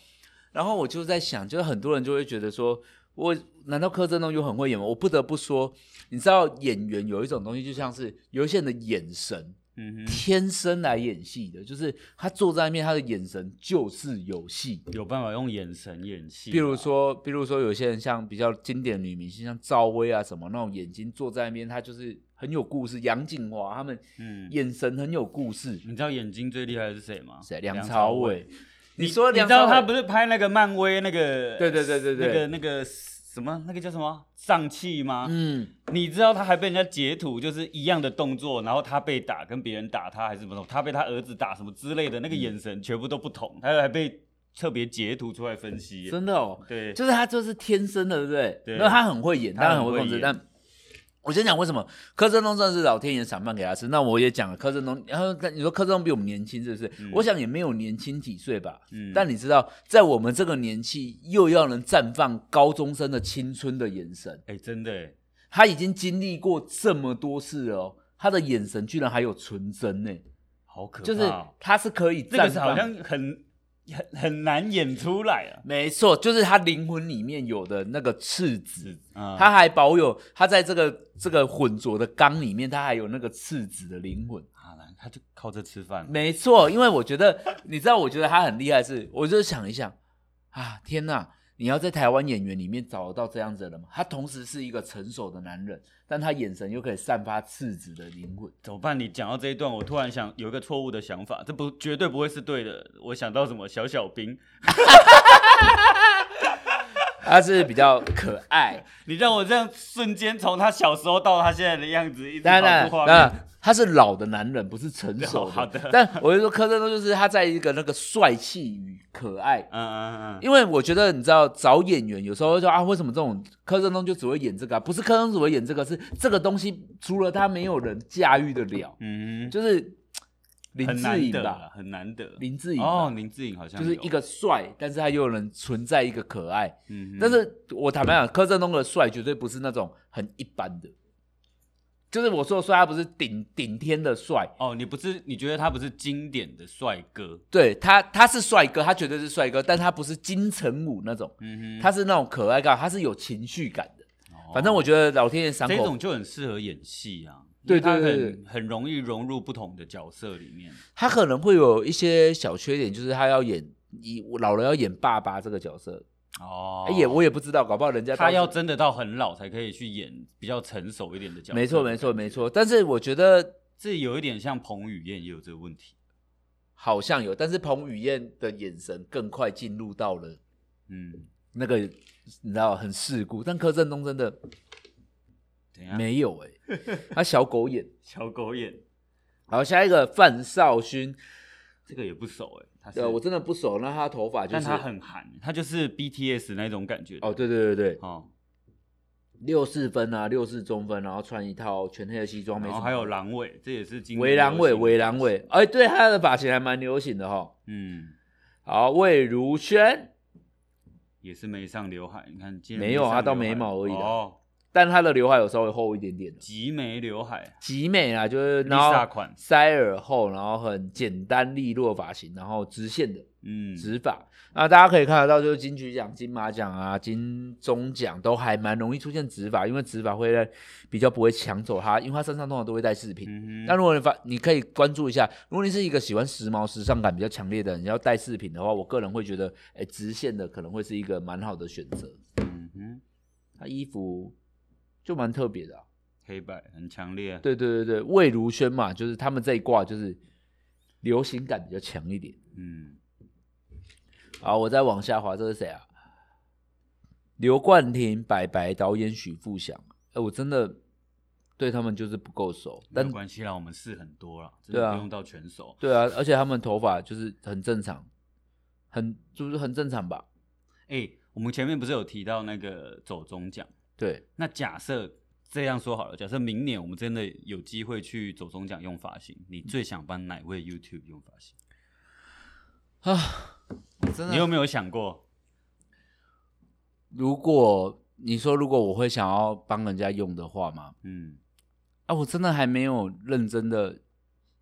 Speaker 3: 然后我就在想，就是很多人就会觉得说，我难道柯震东就很会演吗？我不得不说，你知道演员有一种东西，就像是有一些人的眼神
Speaker 4: 嗯哼，
Speaker 3: 天生来演戏的，就是他坐在那边，他的眼神就是有戏。
Speaker 4: 有办法用眼神演戏吧，
Speaker 3: 比如说，比如说有些人像比较经典的女明星，像赵薇啊什么那种，眼睛坐在那边，她就是很有故事。杨景华他们
Speaker 4: 嗯
Speaker 3: 眼神很有故事。
Speaker 4: 你知道眼睛最厉害的是谁吗？
Speaker 3: 谁？梁朝伟。
Speaker 4: 你
Speaker 3: 你说
Speaker 4: 你
Speaker 3: 梁
Speaker 4: 知道
Speaker 3: 朝
Speaker 4: 他
Speaker 3: 伟
Speaker 4: 不是拍那个漫威那个？
Speaker 3: 对对对对对
Speaker 4: 那个那个什么那个叫什么上气吗？
Speaker 3: 嗯，
Speaker 4: 你知道他还被人家截图，就是一样的动作，然后他被打跟别人打他还是不同，他被他儿子打什么之类的，
Speaker 3: 嗯
Speaker 4: 那个眼神全部都不同，他还被特别截图出来分析。
Speaker 3: 真的哦，
Speaker 4: 对，
Speaker 3: 就是他就是天生的，对不对？
Speaker 4: 对
Speaker 3: 那他很会演，
Speaker 4: 他
Speaker 3: 当然
Speaker 4: 很
Speaker 3: 很会
Speaker 4: 会
Speaker 3: 控制。
Speaker 4: 演
Speaker 3: 但我先讲为什么柯震东算是老天爷赏饭给他吃。那我也讲了柯震东，然后你说柯震东比我们年轻，是不是？我想也没有年轻几岁吧。
Speaker 4: 嗯
Speaker 3: 但你知道，在我们这个年纪，又要能绽放高中生的青春的眼神，
Speaker 4: 哎、真的哎，
Speaker 3: 他已经经历过这么多次了哦。他的眼神居然还有纯真呢，
Speaker 4: 好可怕、
Speaker 3: 就是
Speaker 4: 哦！
Speaker 3: 他是可以绽放。
Speaker 4: 这个是好像很很很难演出来啊。
Speaker 3: 没错，就是他灵魂里面有的那个赤子，
Speaker 4: 嗯
Speaker 3: 他还保有他在这个这个混浊的缸里面，他还有那个赤子的灵魂。
Speaker 4: 啊，他就靠这吃饭。
Speaker 3: 没错，因为我觉得，你知道，我觉得他很厉害是，我就想一想啊，天哪！你要在台湾演员里面找得到这样子的人吗？他同时是一个成熟的男人，但他眼神又可以散发赤子的灵魂。
Speaker 4: 怎么办？你讲到这一段，我突然想有一个错误的想法，这不绝对不会是对的。我想到什么小小兵，
Speaker 3: 他是比较可 爱，
Speaker 4: 你让我这样瞬间从他小时候到他现在的样子，一直
Speaker 3: 当
Speaker 4: 跑
Speaker 3: 然，
Speaker 4: 出画
Speaker 3: 当
Speaker 4: 面。
Speaker 3: 然，他是老的男人，不是成熟的。
Speaker 4: 好的
Speaker 3: 但我就说柯震东就是他在一个那个帅气与可爱，
Speaker 4: 嗯嗯嗯，
Speaker 3: 因为我觉得你知道找演员有时候会说啊，为什么这种柯震东就只会演这个、啊？不是柯震东只会演这个，是这个东西除了他没有人驾驭得了，
Speaker 4: 嗯，
Speaker 3: 就是嘖林
Speaker 4: 很
Speaker 3: 志
Speaker 4: 难
Speaker 3: 颖
Speaker 4: 得
Speaker 3: 吧
Speaker 4: 啦，，很难得。
Speaker 3: 林志颖
Speaker 4: 哦，
Speaker 3: 吧
Speaker 4: 林志颖好像
Speaker 3: 就是
Speaker 4: 有
Speaker 3: 一，个帅，但是他又能存在一个可爱。
Speaker 4: 嗯哼
Speaker 3: 但是我坦白讲，柯震东的帅绝对不是那种很一般的，就是我说的帅，他不是顶顶天的帅，
Speaker 4: 哦，你不是你觉得他不是经典的帅哥？
Speaker 3: 对他他是帅哥，他绝对是帅哥，但他不是金城武那种，
Speaker 4: 嗯
Speaker 3: 他是那种可爱感，他是有情绪感的。
Speaker 4: 哼哦
Speaker 3: 反正我觉得老天爷赏
Speaker 4: 这
Speaker 3: 口
Speaker 4: 种就很适合演戏啊，
Speaker 3: 对
Speaker 4: 因为他
Speaker 3: 对对
Speaker 4: 很很容易融入不同的角色里面。
Speaker 3: 他可能会有一些小缺点，就是他要演以老了要演爸爸这个角色，
Speaker 4: 哦
Speaker 3: 哎也我也不知道，搞不好人家
Speaker 4: 他
Speaker 3: 到时
Speaker 4: 要真的到很老才可以去演比较成熟一点的角色。
Speaker 3: 没错没错没，错，但是我觉得
Speaker 4: 这有一点像彭于晏也有这个问题。
Speaker 3: 好像有，但是彭于晏的眼神更快进入到了
Speaker 4: 嗯，
Speaker 3: 那个你知道很世故，但柯震东真的
Speaker 4: 等一下，
Speaker 3: 没有哎、 他小狗眼。
Speaker 4: 小狗眼
Speaker 3: 好，下一个范少勋，
Speaker 4: 这个也不熟哎、他是
Speaker 3: 呃，我真的不熟，那他头发就
Speaker 4: 但
Speaker 3: 是
Speaker 4: 他很韩，欸他就是 BTS 那种感觉的
Speaker 3: 哦，对对对对，
Speaker 4: 哦，
Speaker 3: 六四分啊，六四中分，然后穿一套全黑的西装，没
Speaker 4: 然
Speaker 3: 什
Speaker 4: 后
Speaker 3: 么，
Speaker 4: 还有狼尾，这也是今年
Speaker 3: 围栏尾，
Speaker 4: 流行的
Speaker 3: 围栏尾，哎、对，他的发型还蛮流行的哈。
Speaker 4: 嗯，
Speaker 3: 好，魏如萱，
Speaker 4: 也是没上刘海，你看今天
Speaker 3: 没有
Speaker 4: 上
Speaker 3: 啊到
Speaker 4: 刘海
Speaker 3: 眉毛而已啦
Speaker 4: 哦，
Speaker 3: 但他的刘海有稍微厚一点点的，
Speaker 4: 及眉刘海
Speaker 3: 极美啊，就是然
Speaker 4: ，Lisa
Speaker 3: 后
Speaker 4: 款，
Speaker 3: 塞耳后，然后很简单利落的发型，然后直线的
Speaker 4: 嗯，
Speaker 3: 直发。那大家可以看得到，就是金曲奖、金马奖啊、金钟奖都还蛮容易出现直发，因为直发会让比较不会抢走他，因为他身上通常都会带饰品。
Speaker 4: 嗯
Speaker 3: 那
Speaker 4: 哼，
Speaker 3: 如果你发，你可以关注一下。如果你是一个喜欢时髦、时尚感比较强烈的人，你要带饰品的话，我个人会觉得，哎、直线的可能会是一个蛮好的选择。
Speaker 4: 嗯哼，
Speaker 3: 他衣服就蛮特别的、啊。
Speaker 4: 黑白很强烈，啊
Speaker 3: 对对对对，魏如萱嘛，就是他们这一挂就是流行感比较强一点。
Speaker 4: 嗯，
Speaker 3: 好，我再往下滑，这是谁啊？刘冠廷、白白导演许富祥。哎、我真的对他们就是不够熟，
Speaker 4: 没
Speaker 3: 但
Speaker 4: 有关系啦，我们试很多啦，真
Speaker 3: 对
Speaker 4: 的
Speaker 3: 啊
Speaker 4: 不用到全熟。
Speaker 3: 对啊，而且他们头发就是很正常，很就是很正常吧？
Speaker 4: 哎，我们前面不是有提到那个走中奖？
Speaker 3: 对，
Speaker 4: 那假设这样说好了，假设明年我们真的有机会去走中奖用发型，你最想帮哪位 YouTube 用发型？
Speaker 3: 啊，真
Speaker 4: 你有没有想过？
Speaker 3: 如果你说如果我会想要帮人家用的话吗？
Speaker 4: 嗯，
Speaker 3: 啊，我真的还没有认真的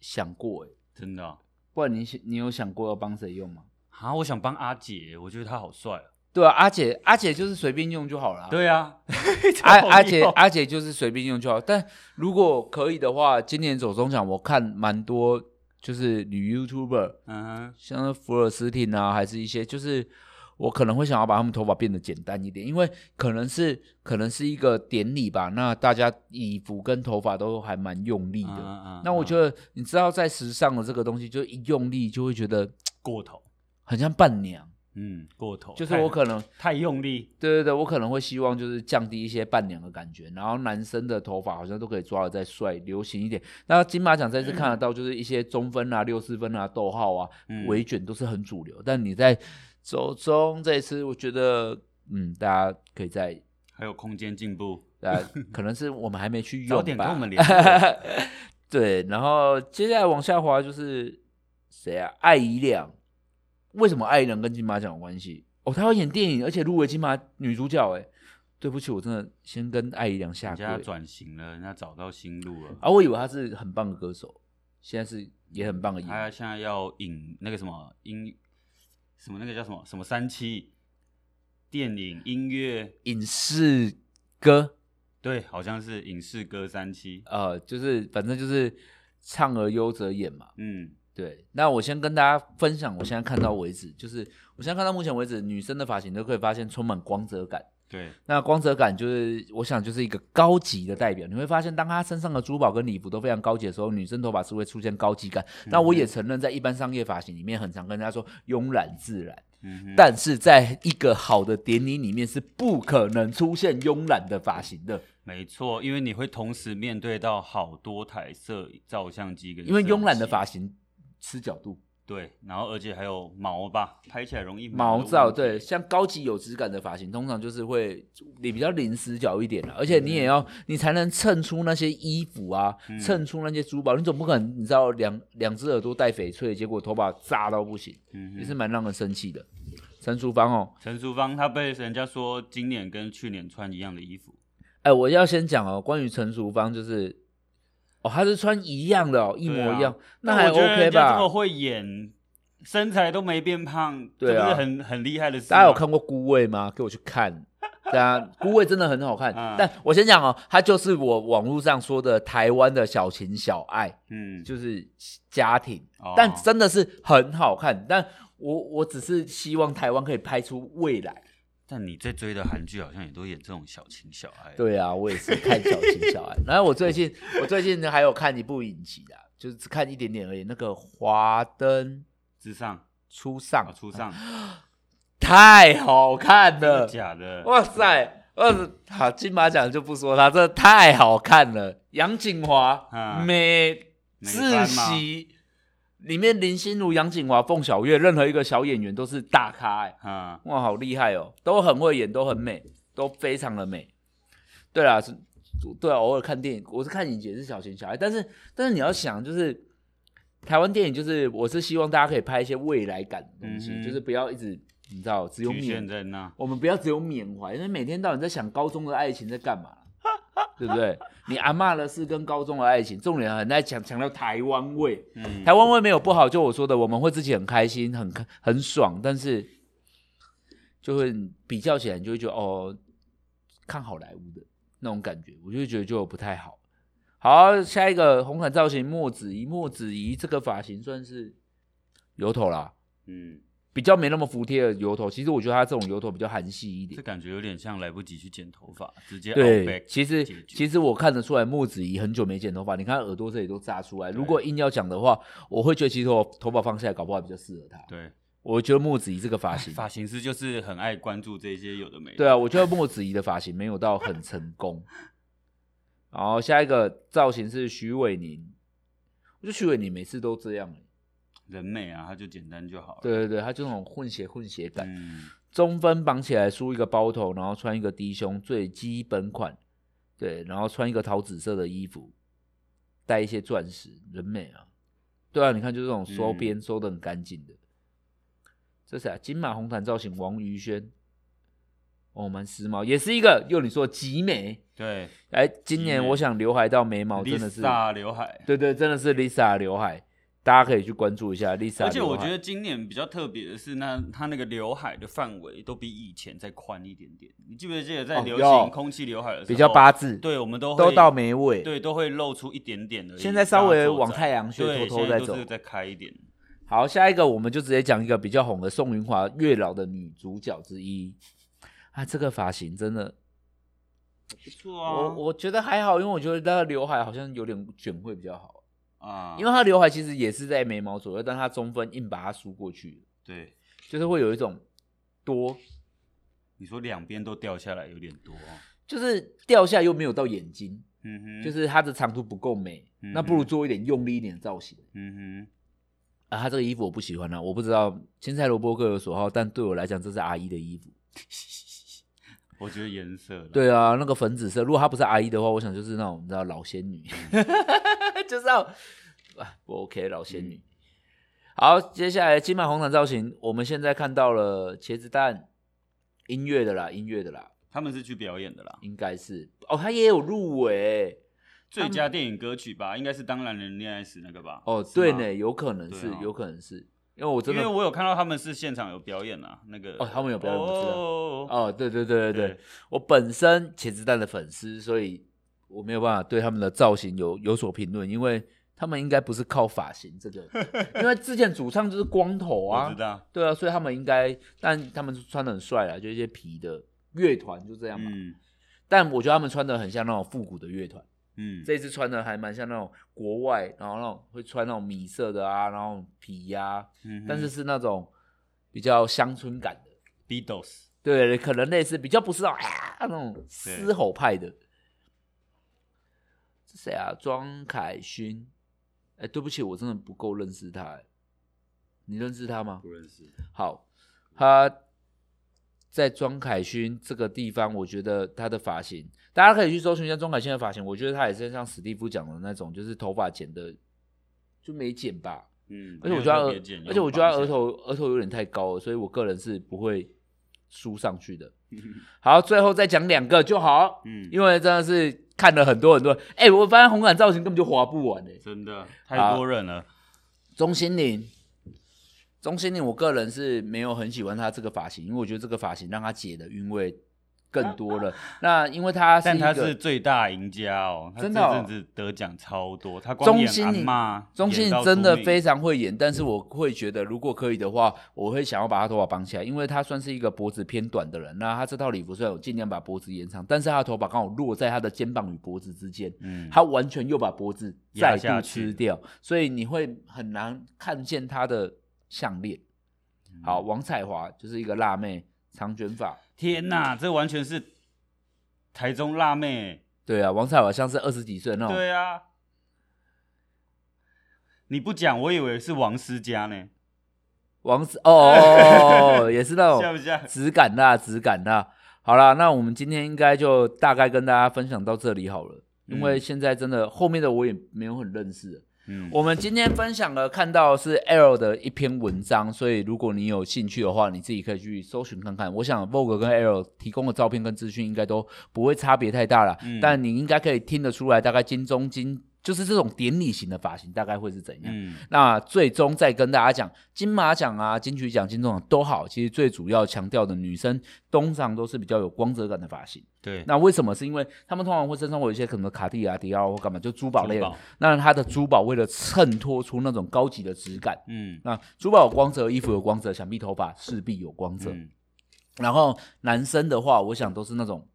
Speaker 3: 想过哎、
Speaker 4: 真的啊、
Speaker 3: 不然你想你有想过要帮谁用吗？
Speaker 4: 啊我想帮阿杰，我觉得他好帅、啊。
Speaker 3: 对啊，阿姐阿姐就是随便用就好了。，
Speaker 4: 对 啊，
Speaker 3: 阿
Speaker 4: 超
Speaker 3: 阿姐
Speaker 4: 有
Speaker 3: 阿姐就是随便用就好。但如果可以的话，今年走中奖我看蛮多就是女 YouTuber，
Speaker 4: 嗯哼，
Speaker 3: 像是福尔斯汀啊，还是一些就是我可能会想要把他们头发变得简单一点，因为可能是可能是一个典礼吧，那大家衣服跟头发都还蛮用力的。
Speaker 4: 嗯嗯
Speaker 3: 那我觉
Speaker 4: 得
Speaker 3: 得你知道，在时尚的这个东西，就一用力就会觉得
Speaker 4: 过头，
Speaker 3: 很像伴娘，
Speaker 4: 嗯，过头，
Speaker 3: 就是我可
Speaker 4: 太
Speaker 3: 能。
Speaker 4: 太用力，
Speaker 3: 对对对，我可能会希望就是降低一些伴娘的感觉，然后男生的头发好像都可以抓的再帅、流行一点。那金马奖这次看得到，就是一些中分啊、六四分啊、逗号啊、
Speaker 4: 嗯
Speaker 3: 微卷都是很主流。但你在走中这一次，我觉得嗯，大家可以在
Speaker 4: 还有空间进步。
Speaker 3: 呃，可能是我们还没去用吧。
Speaker 4: 早点跟我们联络
Speaker 3: 对，然后接下来往下滑就是谁啊？艾怡良。为什么艾怡良跟金马奖有关系？哦，她要演电影，而且入围金马女主角。哎，对不起，我真的先跟艾怡良下
Speaker 4: 人
Speaker 3: 跪。
Speaker 4: 家转型了，人家找到新路了。
Speaker 3: 啊，我以为她是很棒的歌手，现在是也很棒的演员。
Speaker 4: 他现在要影那个什么音，什么那个叫什么什么三期电影音乐，
Speaker 3: 影视歌，
Speaker 4: 对，好像是影视歌三期。
Speaker 3: 呃，就是反正就是唱而优则演嘛。
Speaker 4: 嗯，
Speaker 3: 对，那我先跟大家分享，我现在看到为止，就是我现在看到目前为止，女生的发型都可以发现充满光泽感。
Speaker 4: 对，
Speaker 3: 那光泽感就是，我想就是一个高级的代表。你会发现，当她身上的珠宝跟礼服都非常高级的时候，女生头发是会出现高级感。那我也承认，在一般商业发型里面，很常跟人家说慵懒自然，
Speaker 4: 嗯哼，
Speaker 3: 但是在一个好的典礼里面是不可能出现慵懒的发型的，
Speaker 4: 没错，因为你会同时面对到好多台摄影照相机跟
Speaker 3: 因为
Speaker 4: 摄影
Speaker 3: 慵懒的
Speaker 4: 机
Speaker 3: 发型吃角度。
Speaker 4: 对，然后而且还有毛吧，拍起来容易
Speaker 3: 毛
Speaker 4: 的
Speaker 3: 躁，
Speaker 4: 问题
Speaker 3: 对，，像高级有质感的发型，通常就是会你比较临死角一点了，而且
Speaker 4: 嗯
Speaker 3: 你也要你才能衬出那些衣服啊，衬出那些珠宝，你总不可能你知道两两只耳朵戴翡翠，结果头发炸到不行，
Speaker 4: 嗯
Speaker 3: 也
Speaker 4: 哼，
Speaker 3: 是蛮让人生气的。陈淑芳哦，
Speaker 4: 陈淑芳她被人家说今年跟去年穿一样的衣服，
Speaker 3: 哎、我要先讲哦，关于陈淑芳，就是哦，他是穿一样的哦，一模一样，那
Speaker 4: 啊但
Speaker 3: 还
Speaker 4: 我觉得
Speaker 3: OK
Speaker 4: 人家这么
Speaker 3: 吧？
Speaker 4: 会演，身材都没变胖，
Speaker 3: 对啊
Speaker 4: 这不是很很厉害的事吗？
Speaker 3: 大家有看过《孤味》吗？给我去看。大家孤味真的很好看，
Speaker 4: 嗯
Speaker 3: 但我先讲哦，它就是我网络上说的台湾的小情小爱，
Speaker 4: 嗯，
Speaker 3: 就是家庭，
Speaker 4: 哦
Speaker 3: 但真的是很好看。但我我只是希望台湾可以拍出未来。
Speaker 4: 但你
Speaker 2: 在追的韩剧好像也都演这种小情小爱。，
Speaker 3: 对啊，我也是看小情小爱。然后我最近我最近还有看一部影集啊，就是只看一点点而已，那个《华灯
Speaker 4: 之上
Speaker 3: 初上
Speaker 4: 啊，》初上，
Speaker 3: 太好看
Speaker 4: 真的
Speaker 3: 了！
Speaker 4: 假的？
Speaker 3: 哇塞，哇塞，好金马奖就不说他，这太好看了。杨景华、
Speaker 4: 嗯
Speaker 3: 美
Speaker 4: 美
Speaker 3: 自
Speaker 4: 翻吗
Speaker 3: 喜，里面林心如、杨景华、凤小岳，任何一个小演员都是大咖、欸，
Speaker 4: 啊，
Speaker 3: 哇，好厉害哦，都很会演，都很美，都非常的美。对啦，是，对啊，偶尔看电影，我是看影集也是小情小爱，但是但是你要想，就是台湾电影，就是我是希望大家可以拍一些未来感的东西，
Speaker 4: 嗯哼
Speaker 3: 就是不要一直你知道只有
Speaker 4: 局限
Speaker 3: 缅
Speaker 4: 在那。
Speaker 3: 我们不要只有缅怀，因为每天到晚在想高中的爱情在干嘛， 对不对？你阿嬷的事跟高中的爱情，重点很在强强调台湾味，
Speaker 4: 嗯，
Speaker 3: 台湾味没有不好，就我说的，我们会自己很开心、很开很爽，但是就会比较起来，你就会觉得哦，看好莱坞的那种感觉，我就会觉得就不太好。好，下一个红毯造型莫子仪，莫子仪这个发型算是油头啦，
Speaker 4: 嗯，
Speaker 3: 比较没那么服帖的油头。其实我觉得他这种油头比较韩系一
Speaker 4: 这
Speaker 3: 点。
Speaker 4: 感觉有点像来不及去剪头发，直接 out
Speaker 3: 对
Speaker 4: back，
Speaker 3: 其实
Speaker 4: 解决
Speaker 3: 其实我看得出来，莫子仪很久没剪头发，你看她耳朵这里都炸出来。如果硬要讲的话，我会觉得其实我头发放下来，搞不好还比较适合她。
Speaker 4: 对
Speaker 3: 我觉得莫子仪这个发型，
Speaker 4: 发型师就是很爱关注这些有的没的。
Speaker 3: 对啊，我觉得莫子仪的发型没有到很成功。然后下一个造型是徐伟宁，我觉得徐伟宁每次都这样，欸
Speaker 4: 人美啊，他就简单就好了。
Speaker 3: 对对对，他就那种混血混血感。
Speaker 4: 嗯，
Speaker 3: 中分绑起来梳一个包头，然后穿一个低胸，最基本款。对，然后穿一个桃紫色的衣服，戴一些钻石，人美啊。对啊，你看就这种
Speaker 4: 嗯
Speaker 3: 收边、收的很干净的。这是啊，金马红毯造型，王宇轩，哦，蛮时髦，也是一个用你说极美。
Speaker 4: 对
Speaker 3: 哎，今年
Speaker 4: 极美
Speaker 3: 我想刘海到眉毛真的是，
Speaker 4: ，Lisa 刘海。
Speaker 3: 对对，真的是 Lisa 的刘海，大家可以去关注一下 Lisa 的刘海。
Speaker 4: 而且我觉得今年比较特别的是，那他那个刘海的范围都比以前再宽一点点。你记不记得在
Speaker 3: 哦
Speaker 4: 流
Speaker 3: 有
Speaker 4: 行空气刘海的时候，
Speaker 3: 比较八字，
Speaker 4: 对，我们都会
Speaker 3: 都到眉尾，
Speaker 4: 对，都会露出一点点的。
Speaker 3: 现在稍微往太阳穴
Speaker 4: 对
Speaker 3: 偷偷
Speaker 4: 现在
Speaker 3: 在
Speaker 4: 都是
Speaker 3: 走
Speaker 4: 再开一点。
Speaker 3: 好，下一个我们就直接讲一个比较红的宋云华月老的女主角之一啊，这个发型真的，
Speaker 4: 不错啊，
Speaker 3: 我我觉得还好，因为我觉得她的刘海好像有点卷会比较好，
Speaker 4: 啊，
Speaker 3: 因为她刘海其实也是在眉毛左右，但她中分硬把它梳过去，
Speaker 4: 对
Speaker 3: 就是会有一种多，
Speaker 4: 你说两边都掉下来有点多、哦，
Speaker 3: 就是掉下又没有到眼睛，
Speaker 4: 嗯哼，
Speaker 3: 就是她的长度不够美，
Speaker 4: 嗯
Speaker 3: 那不如做一点用力一点的造型。
Speaker 4: 嗯
Speaker 3: 啊，她这个衣服我不喜欢啊，我不知道青菜萝卜各有所好，但对我来讲这是阿姨的衣服。
Speaker 4: 哼，我觉得颜色啦，
Speaker 3: 对啊，那个粉紫色，如果她不是阿姨的话，我想就是那种你知道老仙女，
Speaker 4: 嗯
Speaker 3: 就是那种啊不 OK 老仙
Speaker 4: 嗯
Speaker 3: 女。好，接下来金马红毯造型，我们现在看到了茄子蛋，音乐的啦，音乐的啦，
Speaker 4: 他们是去表演的啦，
Speaker 3: 应该是哦，她也有入围
Speaker 4: 最佳电影歌曲吧，应该是《当男人恋爱时》那个吧？
Speaker 3: 哦，
Speaker 4: 是
Speaker 3: 对
Speaker 4: 吗
Speaker 3: 呢，有可能是，
Speaker 4: 对啊
Speaker 3: 有可能是，因为我真
Speaker 4: 因
Speaker 3: 的
Speaker 4: 为我有看到他们是现场有表演啊，那个
Speaker 3: 哦他们有表演我知道
Speaker 4: 哦
Speaker 3: 哦，对对对对对，
Speaker 4: 对
Speaker 3: 我本身茄子蛋的粉丝，所以我没有办法对他们的造型有有所评论，因为他们应该不是靠发型这 个，因为之前主唱就是光头
Speaker 4: 我
Speaker 3: 啊
Speaker 4: 知，道，
Speaker 3: 对啊，所以他们应该，但他们穿的很帅啊啦，就一些皮的乐团就这样嘛。
Speaker 4: 嗯
Speaker 3: 但我觉得他们穿的很像那种复古的乐团，
Speaker 4: 嗯，
Speaker 3: 这一次穿的还蛮像那种国外，然后那种会穿那种米色的啊，然后皮呀、啊
Speaker 4: 嗯哼
Speaker 3: 但是是那种比较乡村感的。
Speaker 4: Beatles
Speaker 3: 对，可能类似比较不是那种啊那种嘶吼派的。是谁啊？庄凯勋？哎、对不起，我真的不够认识他、哎你认识他吗？
Speaker 4: 不认识，
Speaker 3: 好，他在庄凯勋这个地方，我觉得他的发型，大家可以去搜寻一下庄凯勋的发型。我觉得他也是像史蒂夫讲的那种，就是头发剪的就没剪吧，
Speaker 4: 嗯，
Speaker 3: 而且我觉得他额， 而且我觉得他额头额头有点太高了，所以我个人是不会梳上去的。好，最后再讲两个就好，
Speaker 4: 嗯，
Speaker 3: 因为真的是看了很多很多。哎、我发现红感造型根本就划不完哎、
Speaker 4: 真的太多人了，
Speaker 3: 钟心凌，钟心凌，我个人是没有很喜欢她这个发型，因为我觉得这个发型让她姐的韵味更多 了。那因为她是
Speaker 4: 但
Speaker 3: 一
Speaker 4: 他
Speaker 3: 个
Speaker 4: 是最大赢家哦，他
Speaker 3: 真的哦
Speaker 4: 这阵子得奖超多，他光
Speaker 3: 钟
Speaker 4: 演
Speaker 3: 欣
Speaker 4: 阿
Speaker 3: 凌
Speaker 4: 妈，
Speaker 3: 钟欣凌真的非常会演，但是我会觉得，如果可以的话，我会想要把她头发绑起来，因为她算是一个脖子偏短的人。那她这套礼服虽然我尽量把脖子延长，但是她的头发刚好落在她的肩膀与脖子之间，
Speaker 4: 嗯，
Speaker 3: 她完全又把脖子再
Speaker 4: 压下
Speaker 3: 度
Speaker 4: 去
Speaker 3: 吃掉，所以你会很难看见她的项链。好，王彩华就是一个辣妹，长卷发。
Speaker 4: 天哪，这完全是台中辣妹，
Speaker 3: 对啊，王彩华像是二十几岁那种，
Speaker 4: 对啊，你不讲我以为是王思佳呢，
Speaker 3: 王子哦哦哦哦哦，也是那种
Speaker 4: 像不像？
Speaker 3: 质感啦，质感啦。好啦，那我们今天应该就大概跟大家分享到这里好了，
Speaker 4: 嗯
Speaker 3: 因为现在真的后面的我也没有很认识了。
Speaker 4: 嗯，
Speaker 3: 我们今天分享了看到是 L 的一篇文章，所以如果你有兴趣的话，你自己可以去搜寻看看。我想 Vogue 跟 L 提供的照片跟资讯应该都不会差别太大了，
Speaker 4: 嗯
Speaker 3: 但你应该可以听得出来，大概金钟金就是这种典礼型的发型大概会是怎样。
Speaker 4: 嗯，
Speaker 3: 那最终再跟大家讲，金马奖啊、金曲奖、金钟奖都好，其实最主要强调的女生通常都是比较有光泽感的发型。
Speaker 4: 对，
Speaker 3: 那为什么？是因为她们通常会身上会有一些可能卡地亚、啊迪奥或干嘛，就珠宝类
Speaker 4: 珠
Speaker 3: 的
Speaker 4: 宝。
Speaker 3: 那它的珠宝为了衬托出那种高级的质感，
Speaker 4: 嗯，
Speaker 3: 那珠宝有光泽，衣服有光泽，想必头发势必有光泽。
Speaker 4: 嗯
Speaker 3: 然后男生的话，我想都是那种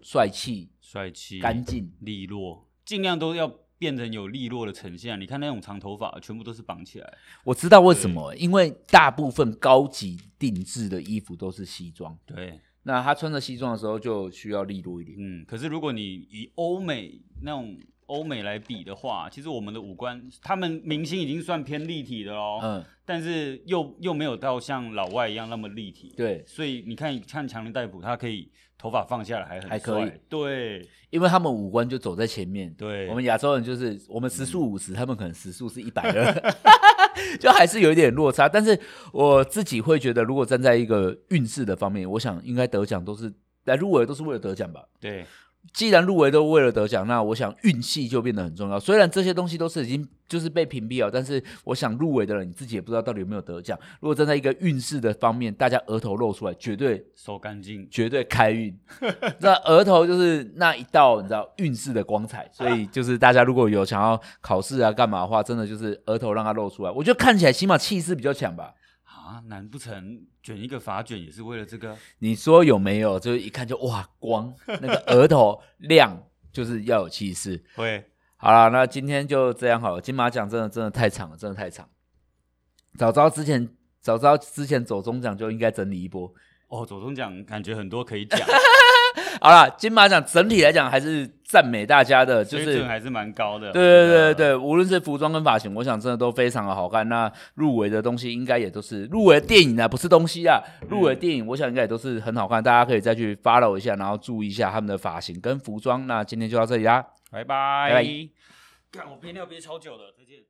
Speaker 3: 帅气、
Speaker 4: 帅气、
Speaker 3: 干净。
Speaker 4: 利落，尽量都要变成有利落的呈现。你看那种长头发，全部都是绑起来，
Speaker 3: 我知道为什么，因为大部分高级定制的衣服都是西装。
Speaker 4: 对，
Speaker 3: 那他穿着西装的时候就需要利落一点。
Speaker 4: 嗯。可是如果你以欧美那种欧美来比的话，其实我们的五官，他们明星已经算偏立体的喽，
Speaker 3: 嗯，
Speaker 4: 但是又又没有到像老外一样那么立体。
Speaker 3: 对，
Speaker 4: 所以你看，看强尼戴普，他可以头发放下来还很
Speaker 3: 还可以
Speaker 4: 帅，对
Speaker 3: 因为他们五官就走在前面。
Speaker 4: 对，
Speaker 3: 我们亚洲人就是我们时速五十、他们可能时速是一百二，就还是有一点落差。但是我自己会觉得，如果站在一个运势的方面，我想应该得奖都是来入围都是为了得奖吧。
Speaker 4: 对
Speaker 3: 既然入围都为了得奖，那我想运气就变得很重要。虽然这些东西都是已经就是被屏蔽了，但是我想入围的人你自己也不知道到底有没有得奖。如果站在一个运势的方面，大家额头露出来，绝对
Speaker 4: 手干净，
Speaker 3: 绝对开运。 那额头就是那一道你知道运势的光彩，所以就是大家如果有想要考试啊干嘛的话，真的就是额头让它露出来，我觉得看起来起码气势比较强吧。
Speaker 4: 啊，难不成卷一个发卷也是为了 这个？
Speaker 3: 你说有没有？就是一看就哇光，那个额头亮，就是要有气势。
Speaker 4: 会，
Speaker 3: 好了，那今天就这样好了。金马奖真的真的太长了，真的太长。早知道之前，早知道之前走中奖就应该整理一波。
Speaker 4: 哦，左中奖感觉很多可以 讲，
Speaker 3: 好啦，金马奖整体来讲还是赞美大家的，就
Speaker 4: 水
Speaker 3: 是
Speaker 4: 准还是蛮高的。
Speaker 3: 对对对对
Speaker 4: 对，
Speaker 3: 对，无论是服装跟发型，我想真的都非常的好看。那入围的东西应该也都是入围的电影啊，不是东西啊，入围的电影我想应该也都是很好看，大家可以再去 follow 一下，然后注意一下他们的发型跟服装。那今天就到这里啦，啊
Speaker 4: 拜拜
Speaker 3: 拜拜。
Speaker 4: 看我憋尿憋超久的，再见。